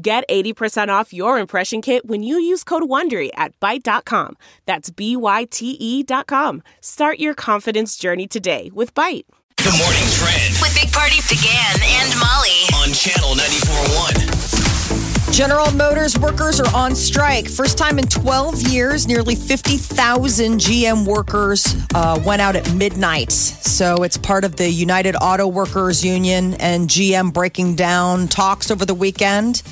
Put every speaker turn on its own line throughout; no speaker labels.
Get 80% off your impression kit when you use code WONDERY at Byte.com. That's B-Y-T-E E dot com. Start your confidence journey today with Byte.
The morning trend
With Big Party began and Molly.
on channel 941.
General Motors workers are on strike. First time in 12 years, nearly 50,000 GM workers uh, went out at midnight. So it's part of the United Auto Workers Union and GM breaking down talks over the weekend.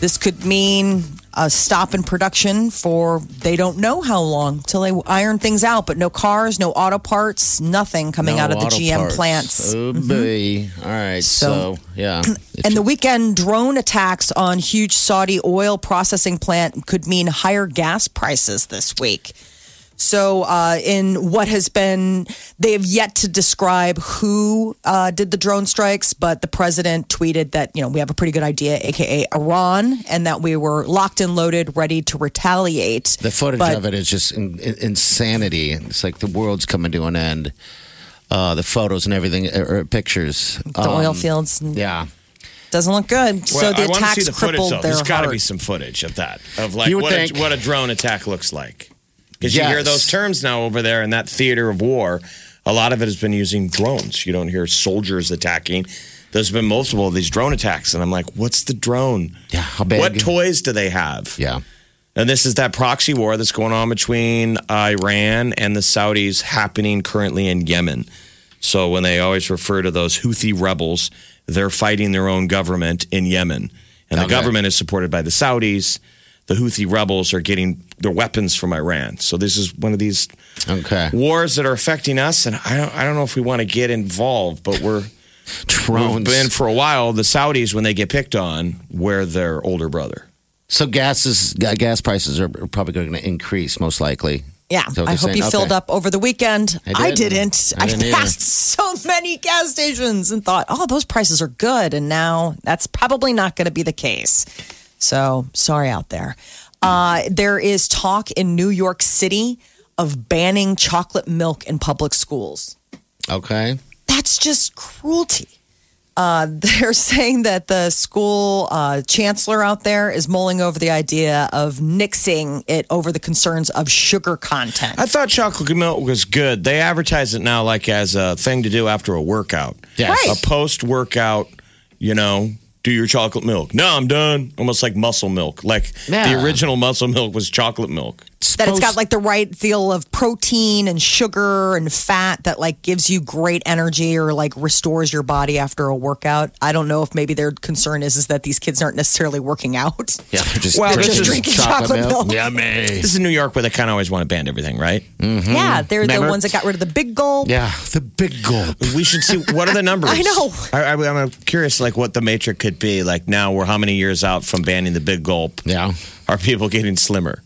This could mean a stop in production for they don't know how long till they iron things out, but no cars, no auto parts, nothing coming out of the
Oh, Auto
GM
parts.
plants. Mm-hmm.
Oh, boy. All right. So,
So-
yeah. If
And
you-
the weekend drone attacks on huge Saudi oil processing plant could mean higher gas prices this week. So, uh, in what has been, they have yet to describe who uh, did the drone strikes, but the president tweeted that, you know, we have a pretty good idea, AKA Iran, and that we were locked and loaded, ready to retaliate.
the footage
but-
of it is just in, in, insanity. It's like the world's coming to an end. Uh, the photos and everything, or, or pictures. Uh,
The oil fields
um, Yeah.
doesn't look good. so the
I want to see
attacks
the footage
crippled
though.
their
There's got to
heart.
be some footage of that, of like
You would
what a,
think.
what a drone attack looks like. Because you hear
Yes.
those terms now over there in that theater of war. A lot of it has been using drones. You don't hear soldiers attacking. There's been multiple of these drone attacks, and I'm like, what's the drone?
Yeah, how big?
What toys do they have?
Yeah.
And this is that proxy war that's going on between uh, Iran and the Saudis happening currently in Yemen. So when they always refer to those Houthi rebels, they're fighting their own government in Yemen. And the
Okay.
government is supported by the Saudis. The Houthi rebels are getting their weapons from Iran. So this is one of these
Okay.
wars that are affecting us and I don't I don't know if we want to get involved, but we're
Drones.
we've been for a while the Saudis when they get picked on, we're their older brother.
so gases, ga- gas prices are probably going to increase, most likely.
Yeah,
Is that what
I
they're
hope you
saying?
filled
Okay.
up over the weekend.
I
I,
did.
didn't.
I
I,
didn't either.
passed so many gas stations and thought, oh, those prices are good. And now that's probably not going to be the case. So sorry out there. Uh, there is talk in New York City of banning chocolate milk in public schools.
Okay.
That's just cruelty. Uh, they're saying that the school uh, chancellor out there is mulling over the idea of nixing it over the concerns of sugar content.
I thought chocolate milk was good. They advertise it now like as a thing to do after a workout.
Yes. Right.
A post workout, you know, do your chocolate milk. No, I'm done. Almost like muscle milk. Like
Yeah.
the original muscle milk was chocolate milk.
that it's got
Supposed-
like the right deal of protein and sugar and fat that like gives you great energy or like restores your body after a workout. I don't know if maybe their concern is is that these kids aren't necessarily working out.
Yeah, they're just,
Well,
they're
this is
drinking chocolate milk.
Yummy.
This is New York where they kind of always want to ban everything, right?
Yeah,
Mm-hmm.
they're
Remember?
the ones that got rid of the big gulp.
Yeah, the big gulp.
We should see what are the numbers.
I know.
I, I, I'm curious, like what the matrix could be. Like now we're how many years out from banning the big gulp?
Yeah.
Are people getting slimmer?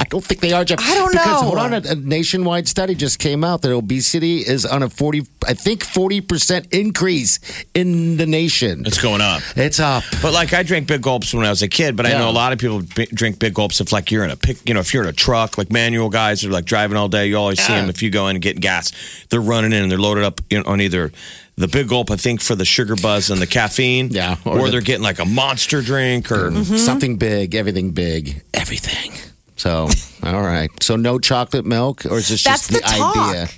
I don't think they are. Jeff.
I don't
because,
know.
Hold on, a, a nationwide study just came out that obesity is on a forty, I think forty percent increase in the nation.
It's going up.
It's up.
But like I drank big gulps when I was a kid, but I know
Yeah.
a lot of people b- drink big gulps if like you're in a pick, you know, if you're in a truck, like manual guys are like driving all day. You always see them if you go in and get gas, they're running in and they're loaded up in, on either the big gulp, I think, for the sugar buzz and the caffeine,
Yeah,
or,
or the-
they're getting like a monster drink or
Something big, everything big, everything. So, all right. So, no chocolate milk, or is this
That's
just the,
the talk.
idea?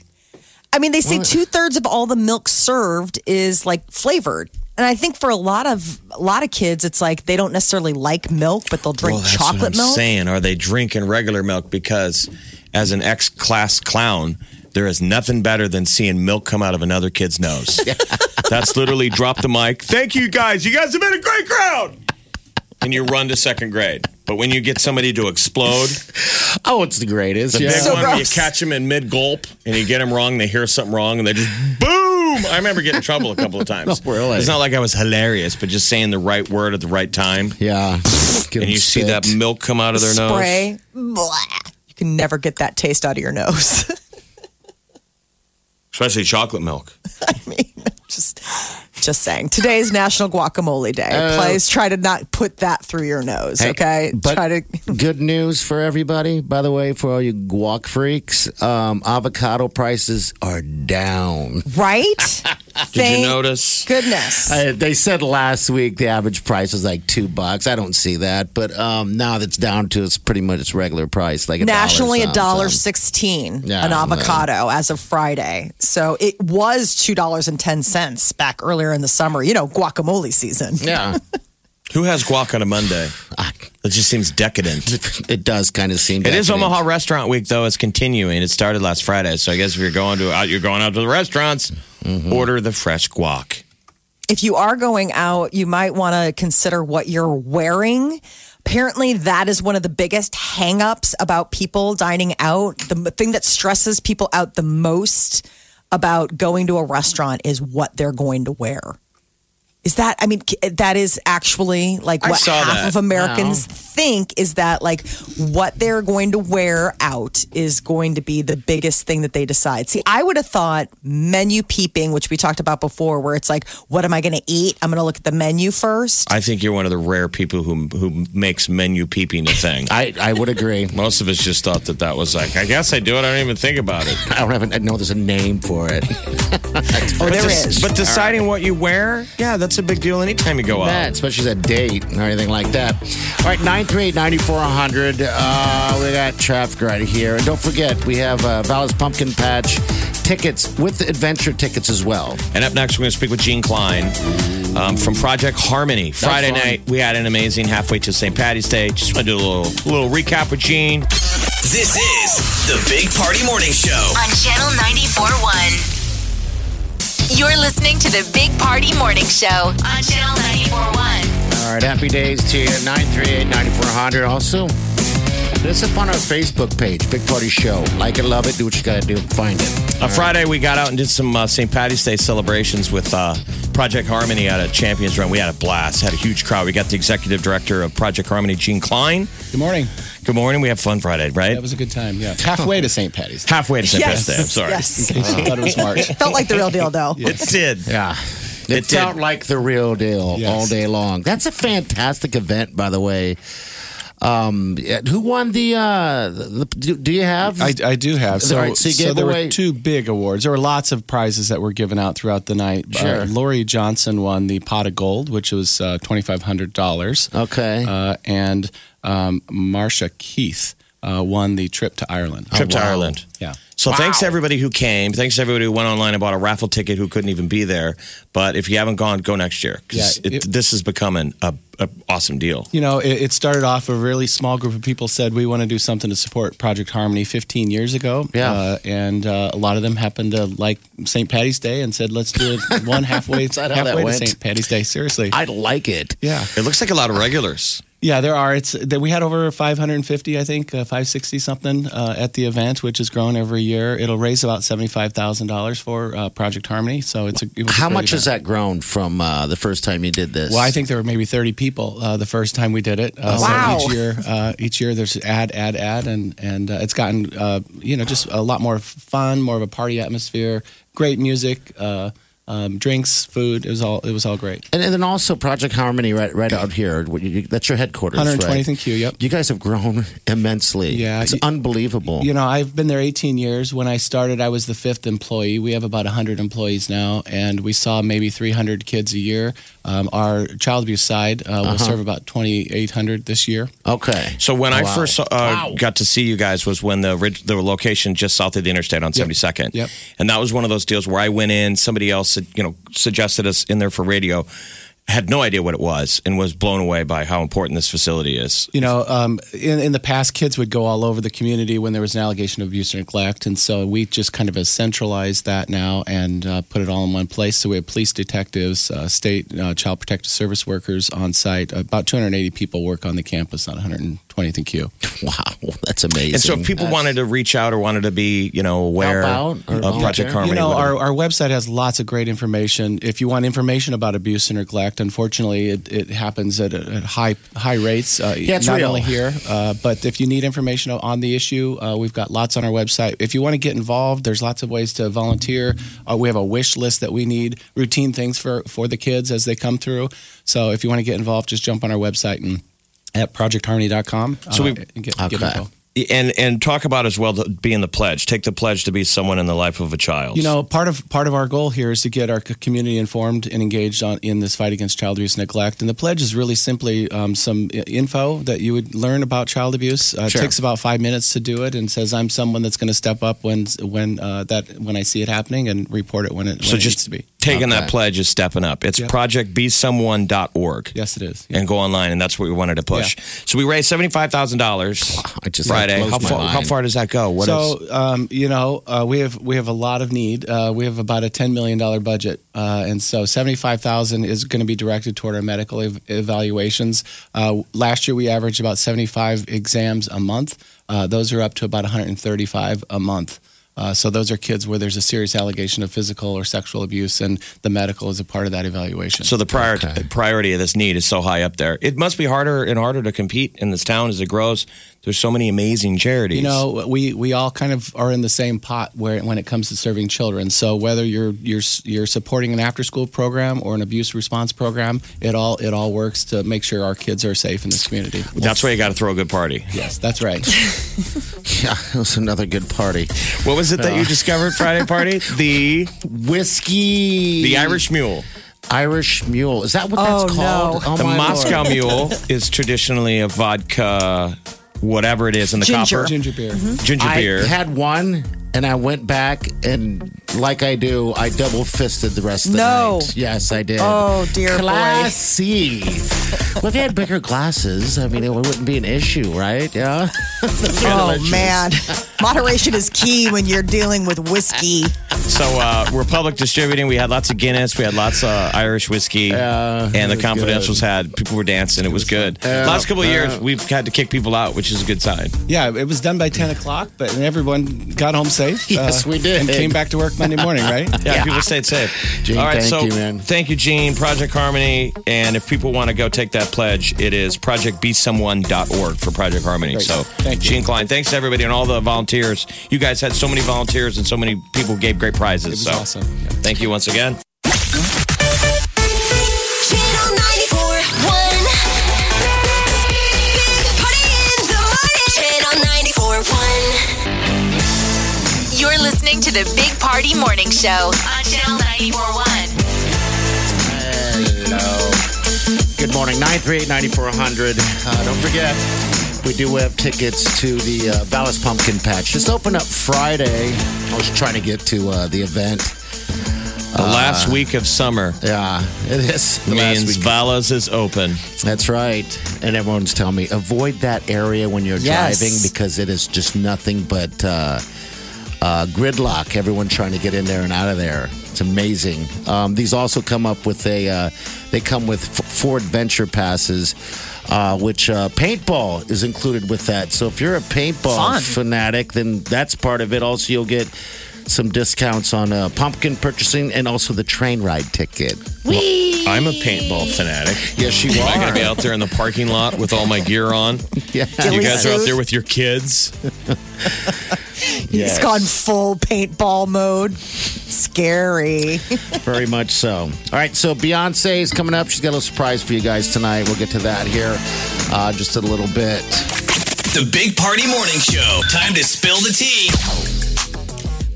I mean, they say
What?
two thirds of all the milk served is like flavored. And I think for a lot of a lot of kids, it's like they don't necessarily like milk, but they'll drink
Well, that's what
chocolate
I'm
milk.
Saying, are they drinking regular milk because, as an ex-class clown, there is nothing better than seeing milk come out of another kid's nose. that's literally drop the mic. Thank you guys. You guys have been a great crowd. And you run to second grade. But when you get somebody to explode,
Oh, it's the greatest.
the
yeah.
big
So
one where you
gross.
catch them in mid gulp and you get them wrong, they hear something wrong, and they just boom. trouble. I remember getting in trouble a couple of times.
No, really?
It's not like I was hilarious, but just saying the right word at the right time.
Yeah.
and you see that milk come out of their nose.
Spray. Blah. You can never get that taste out of your nose.
Especially chocolate milk.
just just saying. Today's National Guacamole Day. Please try to not put that through your nose, okay?
Oh. But
try to
good news for everybody, by the way, for all you guac freaks. Um, avocado prices are down.
right?
Did you notice?
Goodness.
Uh, they said last week the average price was like two bucks. I don't see that, but um, now that's down to its pretty much its regular price, like a
Nationally, a dollar
dollar something.
sixteen
Yeah,
an
I know.
avocado as of Friday. So it was two dollars and ten cents back earlier in the summer. You know, guacamole season.
Yeah,
Who has guac on a Monday? That just seems decadent.
it does kind of seem.
It Ah. is
decadent.
Omaha Restaurant Week, though. It's continuing. It started last Friday, so I guess if you're going to out, you're going out to the restaurants. Order the fresh guac.
if you are going out, you might want to consider what you're wearing. Apparently, that is one of the biggest hangups about people dining out. The m- thing that stresses people out the most about going to a restaurant is what they're going to wear. Is that, I mean, c- that is actually like
I
what
saw
half
that.
of Americans think is that like what they're going to wear out is going to be the biggest thing that they decide. See, I would have thought menu peeping, which we talked about before, where it's like, what am I going to eat? I'm going to look at the menu first.
I think you're one of the rare people who who makes menu peeping a thing.
I I would agree.
Most of us just thought that that was like, I guess I do it. I don't even think about it.
I don't have. A, I know there's a name for it.
Oh, there
Des-
is.
But deciding what you wear, yeah, that's a big deal anytime you go
Yeah,
out.
especially that date or anything like that. All right, 938-9400. Uh, we got traffic right here. And don't forget, we have uh, Val's Pumpkin Patch tickets with adventure tickets as well.
And up next, we're going to speak with Gene Klein um, from Project Harmony. Friday
fun.
night, we had an amazing halfway to St. Patty's Day. Just want to do a little little recap with Gene. Uh,
This is the Big Party Morning Show.
on Channel 94.1. You're listening to the Big Party Morning Show on Channel 94.1.
All right, happy days to you. 938-9400. Also, hit us up on our Facebook page, Big Party Show. Like it, love it, do what you got to do, find it.
On Friday, we got out and did some uh, St. Patty's Day celebrations with uh, Project Harmony at a Champions Run. We had a blast, had a huge crowd. We got the executive director of Project Harmony, Gene Klein.
Good morning.
Good morning. We had fun Friday, right?
That was a good time. Yeah, halfway to St. Patty's.
halfway to St.
yes.
Patty's Day. I'm sorry.
Yes.
I thought it was March.
Felt like the real deal, though.
It did.
Yeah.
It
It,
did.
felt like the real deal
Yes.
all day long. That's a fantastic event, by the way. Um, yeah, who won the? Uh, the do, do you have?
I, uh, I do have. So,
All right, so you gave
there
away-
were two big awards. There were lots of prizes that were given out throughout the night. Uh,
Sure.
Lori Johnson won the pot of gold, which was uh, $2,500.
okay.
Uh, and um, Marsha Keith uh, won the trip to Ireland. Oh,
Trip to Ireland.
Yeah.
So thanks to everybody who came. Thanks to everybody who went online and bought a raffle ticket who couldn't even be there. But if you haven't gone, go next year 'cause
Yeah,
it-
it-
this is becoming a, a awesome deal.
You know, it, it started off a really small group of people said we want to do something to support Project Harmony 15 years ago.
Yeah.
Uh, and uh, a lot of them happened to like St. Patty's Day and said, let's do it one halfway,
that how that
halfway to
went?
St. Patty's Day. Seriously.
I like it.
yeah.
It looks like a lot of regulars.
Yeah, there are. It's that we had over 550, I think, uh, 560 something uh, at the event, which has grown every year. It'll raise about $75,000 for uh, Project Harmony. So it's a, it was a
How
great
much
event.
has that grown from uh, the first time you did this?
Well, I think there were maybe 30 people uh, the first time we did it. Uh,
Wow.
So each year, uh, each year there's ad, ad, ad, and and uh, it's gotten uh, you know just a lot more fun, more of a party atmosphere, great music, uh, um, drinks, food. It was all it was all great.
and, and then also Project Harmony right right out here. what you- you- That's your headquarters, right?
120th and Q. Yep.
You guys have grown immensely.
Yeah,
it's
y-
unbelievable.
You know, I've been there 18 years. When I started, I was the fifth employee. We have about 100 employees now, and we saw maybe 300 kids a year. Um, our child abuse side uh, will serve about 2,800 this year.
okay.
So when I
Wow.
first uh, got to see you guys was when the orig- the location just south of the interstate on 72nd.
Yep.
And that was one of those deals where I went in, somebody else you know suggested us in there for radio. Had no idea what it was and was blown away by how important this facility is.
You know, um, in, in the past, kids would go all over the community when there was an allegation of abuse or neglect. And so we just kind of have centralized that now and uh, put it all in one place. So we have police detectives, uh, state uh, child protective service workers on site. About 280 people work on the campus, not 120 20th and Q.
Wow, that's amazing.
And so, if people wanted to reach out or wanted to be, you know, aware
Help out or
of
volunteer?
Project Harmony,
You know,
what-
our, our website has lots of great information. If you want information about abuse and neglect, unfortunately, it, it happens at, at high high rates. Uh,
Yeah, it's
not
real.
only here, uh, but if you need information on the issue, uh, we've got lots on our website. If you want to get involved, there's lots of ways to volunteer. Uh, we have a wish list that we need routine things for for the kids as they come through. So if you want to get involved, just jump on our website and at projectharmony.com.
So we-
uh, and get, get
Okay.
involved.
and and talk about as well the, being the pledge. Take the pledge to be someone in the life of a child.
You know, part of part of our goal here is to get our c- community informed and engaged on in this fight against child abuse and neglect. And the pledge is really simply um, some i- info that you would learn about child abuse. Uh,
Sure.
It takes about five minutes to do it, and says I'm someone that's going to step up when when uh, that when I see it happening and report it when it,
so
when it
just
needs to be.
taking
Okay.
that pledge is stepping up. It's
Yep.
projectbesomeone.org.
Yes, it is.
And go online, and that's what we wanted to push.
Yeah.
So we raised seventy five thousand dollars
I just
Friday.
That
How
blows my
far, how
mind.
far does that go? What
so,
is-
um, you know, uh, we have we have a lot of need. Uh, we have about a ten million dollar budget, uh, and so seventy five thousand is going to be directed toward our medical ev- evaluations. Uh, last year, we averaged about seventy five exams a month. Uh, those are up to about one hundred and thirty five a month. Uh, so those are kids where there's a serious allegation of physical or sexual abuse, and the medical is a part of that evaluation.
So the prior, priority of this need is so high up there. It must be harder and harder to compete in this town as it grows. There's so many amazing charities.
You know, we we all kind of are in the same pot where when it comes to serving children. So whether you're you're you're supporting an after school program or an abuse response program, it all it all works to make sure our kids are safe in this community.
that's why you got to throw a good party.
Yes, that's right.
Yeah, it was another good party.
What was it that you discovered Friday party? The
Whiskey.
the Irish Mule.
Irish Mule. Is that what
Oh,
that's called?
no.
Oh,
The
my
Moscow
Lord.
Mule is traditionally a vodka, whatever it is in the
Ginger.
copper,
Ginger beer.
ginger
I
beer.
had one, and I went back, and like I do, I double fisted the rest of the
No.
night. Yes, I did.
Oh, dear boy.
Classy. well, if you had bigger glasses, I mean, it wouldn't be an issue, right? Yeah.
Oh man, moderation is key when you're dealing with whiskey.
So uh, we're public distributing. We had lots of Guinness. We had lots of Irish whiskey, and the
it was
confidentials had people were dancing. It was good. Last couple of years, we've had to kick people out, which is a good sign.
Yeah, it was done by ten o'clock, but everyone got home safe. uh,
Yes, we did.
and came back to work Monday morning, right?
Yeah, people stayed safe.
Gene,
All right,
thank
so
you, man.
thank you, Gene. Project Harmony, and if people want to go take that pledge, it is projectbesomeone.org for Project Harmony. So,
Thank you.
Gene Klein, thanks to everybody and all the volunteers. You guys had so many volunteers and so many people gave great prizes.
was
so,
awesome. Yeah.
thank you once again.
Channel 94.1. Big Party in the morning. Channel 94.1. You're listening to the Big Party Morning Show on Channel 94.1.
Hello. Good morning, 938 9400. Uh, don't forget, we do have tickets to the uh, Vallis Pumpkin Patch. Just open up Friday. I was trying to get to uh, the event.
The last week of summer
Yeah, it is. The last
means
week.
Valas is open.
That's right. And everyone's telling me avoid that area when you're
Yes.
driving because it is just nothing but uh, uh, gridlock. Everyone trying to get in there and out of there. It's amazing. Um, these also come up with a. Uh, they come with f- four adventure passes, uh, which uh, paintball is included with that. So if you're a paintball
Fun.
fanatic, then that's part of it. Also, you'll get. Some discounts on uh, pumpkin purchasing and also the train ride ticket.
I'm a paintball fanatic.
Yes, you
Am I
are.
going to be out there in the parking lot with all my gear on?
Yeah.
You
Dilly
guys are out
suit.
there with your kids.
Yes.
He's gone full paintball mode. Scary.
Very much so. All right, so Beyonce is coming up. She's got a little surprise for you guys tonight. We'll get to that here uh, just in a little bit.
The Big Party Morning Show. Time to spill the tea.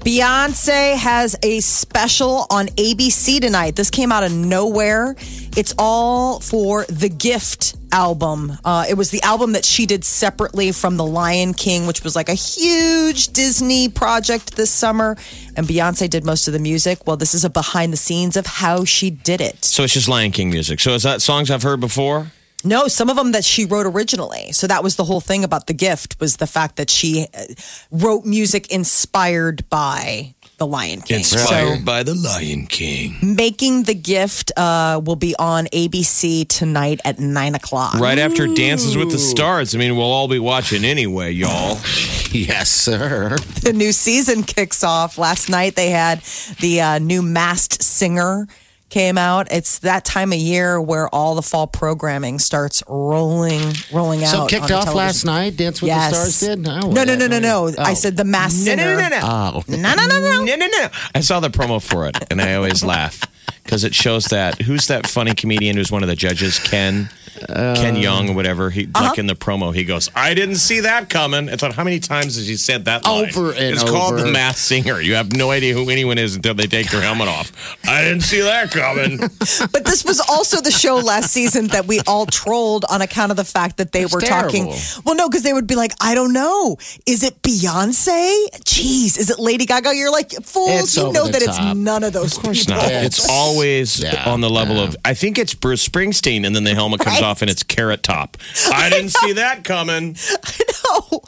Beyonce has a special on ABC tonight. This came out of nowhere. It's all for the Gift album. Uh, it was the album that she did separately from The Lion King, which was like a huge Disney project this summer. And Beyonce did most of the music. Well, this is a behind the scenes of how she did it.
So it's just Lion King music. So is that songs I've heard before?
No, some of them that she wrote originally. So that was the whole thing about The Gift was the fact that she uh, wrote music inspired by The Lion King.
Inspired by the Lion King.
Making the Gift uh, will be on ABC tonight at 9 o'clock.
Right after Dances with the Stars. I mean, we'll all be watching anyway, y'all.
Yes, sir.
The new season kicks off. Last night they had the uh, new Masked Singer came out. It's that time of year where all the fall programming starts rolling, rolling out.
So kicked
on
off
television.
last night. Dance with
Yes.
the Stars did. Oh,
no, no,
well,
no, no, no.
Oh.
I said the Masked
No,
Singer.
no, no, no.
Oh,
No, no, no, no.
No, no, no. I saw the promo for it, and I always laugh because it shows that who's that funny comedian who's one of the judges, Ken, Ken Young or whatever. He like in the promo, he goes, "I didn't see that coming." I thought, how many times has he said that? line?
Over and
it's called
over.
the mass singer. You have no idea who anyone is until they take their helmet off. I didn't see that coming.
But this was also the show last season that we all trolled on account of the fact that they were talking.
terrible.
Well, no, because they would be like, I don't know. Is it Beyonce? Jeez, is it Lady Gaga? You're like, fools,
It's
you
over
know
the
that
top.
it's none of those
It's
people.
not. It's always
Yeah,
on the level of. I think it's Bruce Springsteen, and then the helmet comes off, and it's carrot top. I didn't see that coming.
no.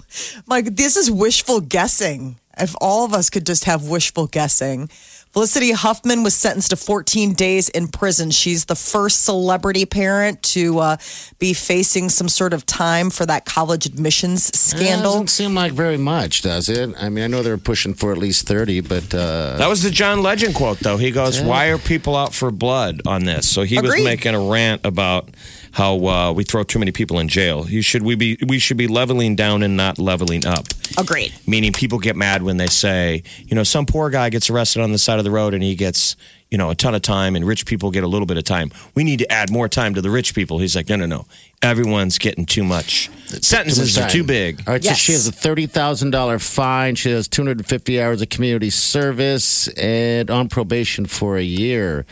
Like, this is wishful guessing. If all of us could just have wishful guessing. Felicity Huffman was sentenced to 14 days in prison. She's the first celebrity parent to uh, be facing some sort of time for that college admissions
It
scandal.
doesn't seem like very much, does it? I mean, I know they're pushing for at least 30, but uh,
That was the John Legend quote, though. He goes, "Why are people out for blood on this?" So he was
Agreed.
making a rant about how uh, we throw too many people in jail. You should we be we should be leveling down and not leveling up.
Agreed.
Meaning, people get mad when they say, you know, some poor guy gets arrested on the side of the road and he gets you know a ton of time, and rich people get a little bit of time. We need to add more time to the rich people. He's like, no, no, no. Everyone's getting too much. Sentences
much
are too
time.
big.
all right,
Yes.
so she has a $30,000 fine. She has 250 hours of community service and on probation for a year.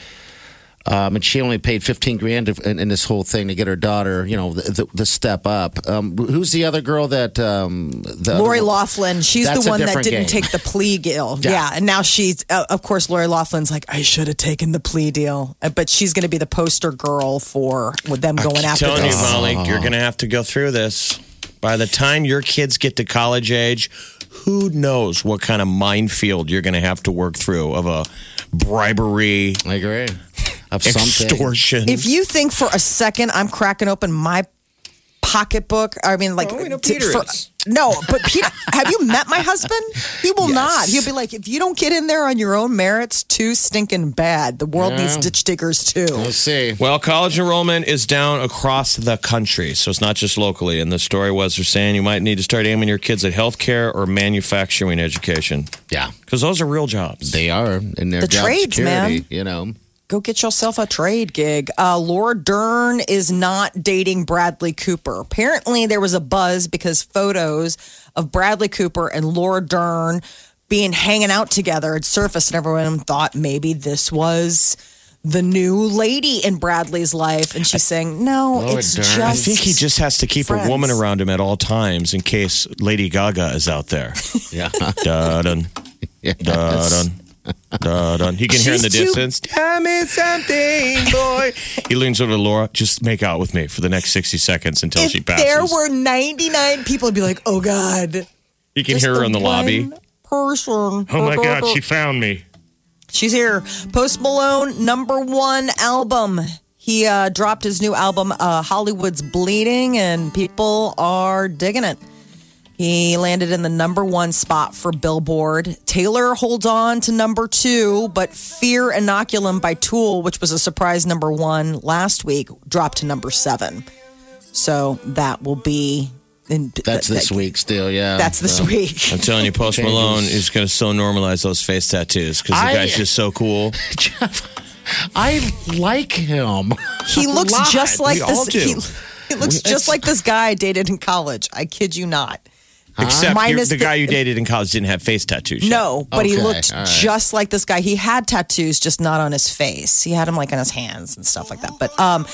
Um, and she only paid 15 grand in, in this whole thing to get her daughter, you know, the, the, the step up. Um, who's the other girl that. Um, the
Lori Laughlin, she's
That's
the
a
one that
different
didn't
game.
take the plea deal. yeah.
Yeah.
And now she's, uh, of course, Lori Laughlin's like, I should have taken the plea deal. Uh, But she's going to be the poster girl for with them going after
telling you,
this.
Molly, you're going to have to go through this. By the time your kids get to college age, who knows what kind of minefield you're going to have to work through of a bribery,
I agree. Of something.
extortion.
If you think for a second I'm cracking open my pocketbook, I mean, like,
Oh, we know
t-
Peter
for-
is.
no, but Peter, have you met my husband? He will not. He'll be like, if you don't get in there on your own merits, too stinking bad. The world
Yeah.
needs ditch diggers too.
We'll see.
well, college enrollment is down across the country, so it's not just locally. And the story was they're saying you might need to start aiming your kids at healthcare or manufacturing education
Yeah.
because those are real jobs.
They are in their
The
job
trades,
security,
man.
you know.
go get yourself a trade gig. Uh, Laura Dern is not dating Bradley Cooper. Apparently, there was a buzz because photos of Bradley Cooper and Laura Dern being hanging out together had surfaced, and everyone thought maybe this was the new lady in Bradley's life. And she's saying, "No,
Laura
it's
Dern.
just."
I think he just has to keep
Friends.
a woman around him at all times in case Lady Gaga is out there.
Yeah.
Dun, dun, dun, dun, dun. He can hear in the
She's too-
distance. Tell me something, boy. he leans over to Laura. Just make out with me for the next sixty seconds until
If
she passes.
there were 99 people, I'd be like, "Oh God!"
you can
Just
hear her in the lobby.
one Person.
Oh my God, she found me.
She's here. Post Malone, number one album. He uh, dropped his new album, uh, Hollywood's Bleeding, and people are digging it. He landed in the number one spot for Billboard. Taylor holds on to number two, but Fear Inoculum by Tool, which was a surprise number one last week, dropped to number seven. So that will be. In,
That's this
that-
week still, yeah.
That's this week.
I'm telling you, Post
Changes.
Malone is going to so normalize those face tattoos because the
I- Uh-huh.
guy's just so cool.
Jeff, I like him.
He looks
lot.
just like
We
this.
all do.
He, he looks just like this guy I dated in college. I kid you not.
Except you're-
Minus
the
the-
guy you dated in college didn't have face tattoos. yet.
No, but he
Okay,
looked
all right.
just like this guy. He had tattoos, just not on his face. He had them like on his hands and stuff like that. But um,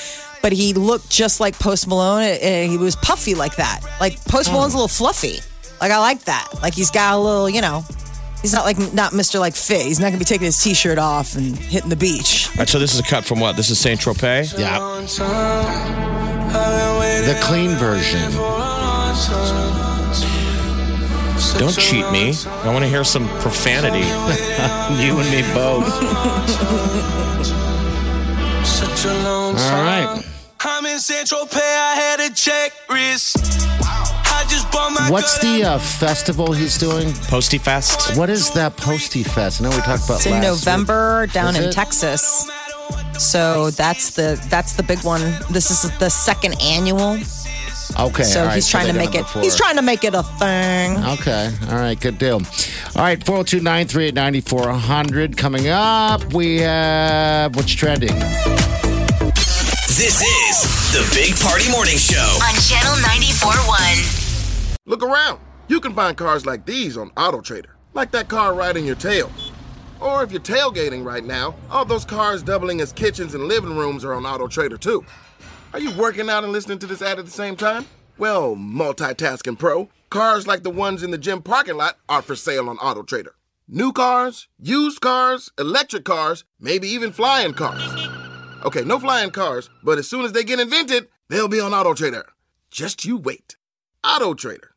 but he looked just like Post Malone. And he was puffy like that. Like Post Malone's a little fluffy. Like I like that. Like he's got a little, you know. He's not like not Mr. Like Fit. He's not gonna be taking his T-shirt off and hitting the beach.
All right, so this is a cut from what? This is Saint Tropez.
Yeah. The clean version.
Don't cheat me. I want to hear some profanity.
You and me both.
Such a long
All right.
I'm in Central Pay, I had a check wrist. I just bought my
What's
girl
the uh, festival he's doing?
Posty Fest.
What is that Posty Fest? I know we talked about
It's in
last
November down
Is
in
it?
Texas. So that's the that's the big one. This is the second annual.
Week. Okay.
So
all right,
he's trying to
they've
make
done
it.
before.
He's trying to make it a thing.
Okay. All right. Good deal. All right. 402 938 9400. Coming up, we have what's trending?
This is the Big Party Morning Show.
On Channel 94.1.
Look around. You can find cars like these on AutoTrader, like that car riding your tail. Or if you're tailgating right now, all those cars doubling as kitchens and living rooms are on AutoTrader too. Are you working out and listening to this ad at the same time? Well, multitasking pro, cars like the ones in the gym parking lot are for sale on AutoTrader. New cars, used cars, electric cars, maybe even flying cars. Okay, no flying cars, but as soon as they get invented, they'll be on AutoTrader. Just you wait. Auto Trader.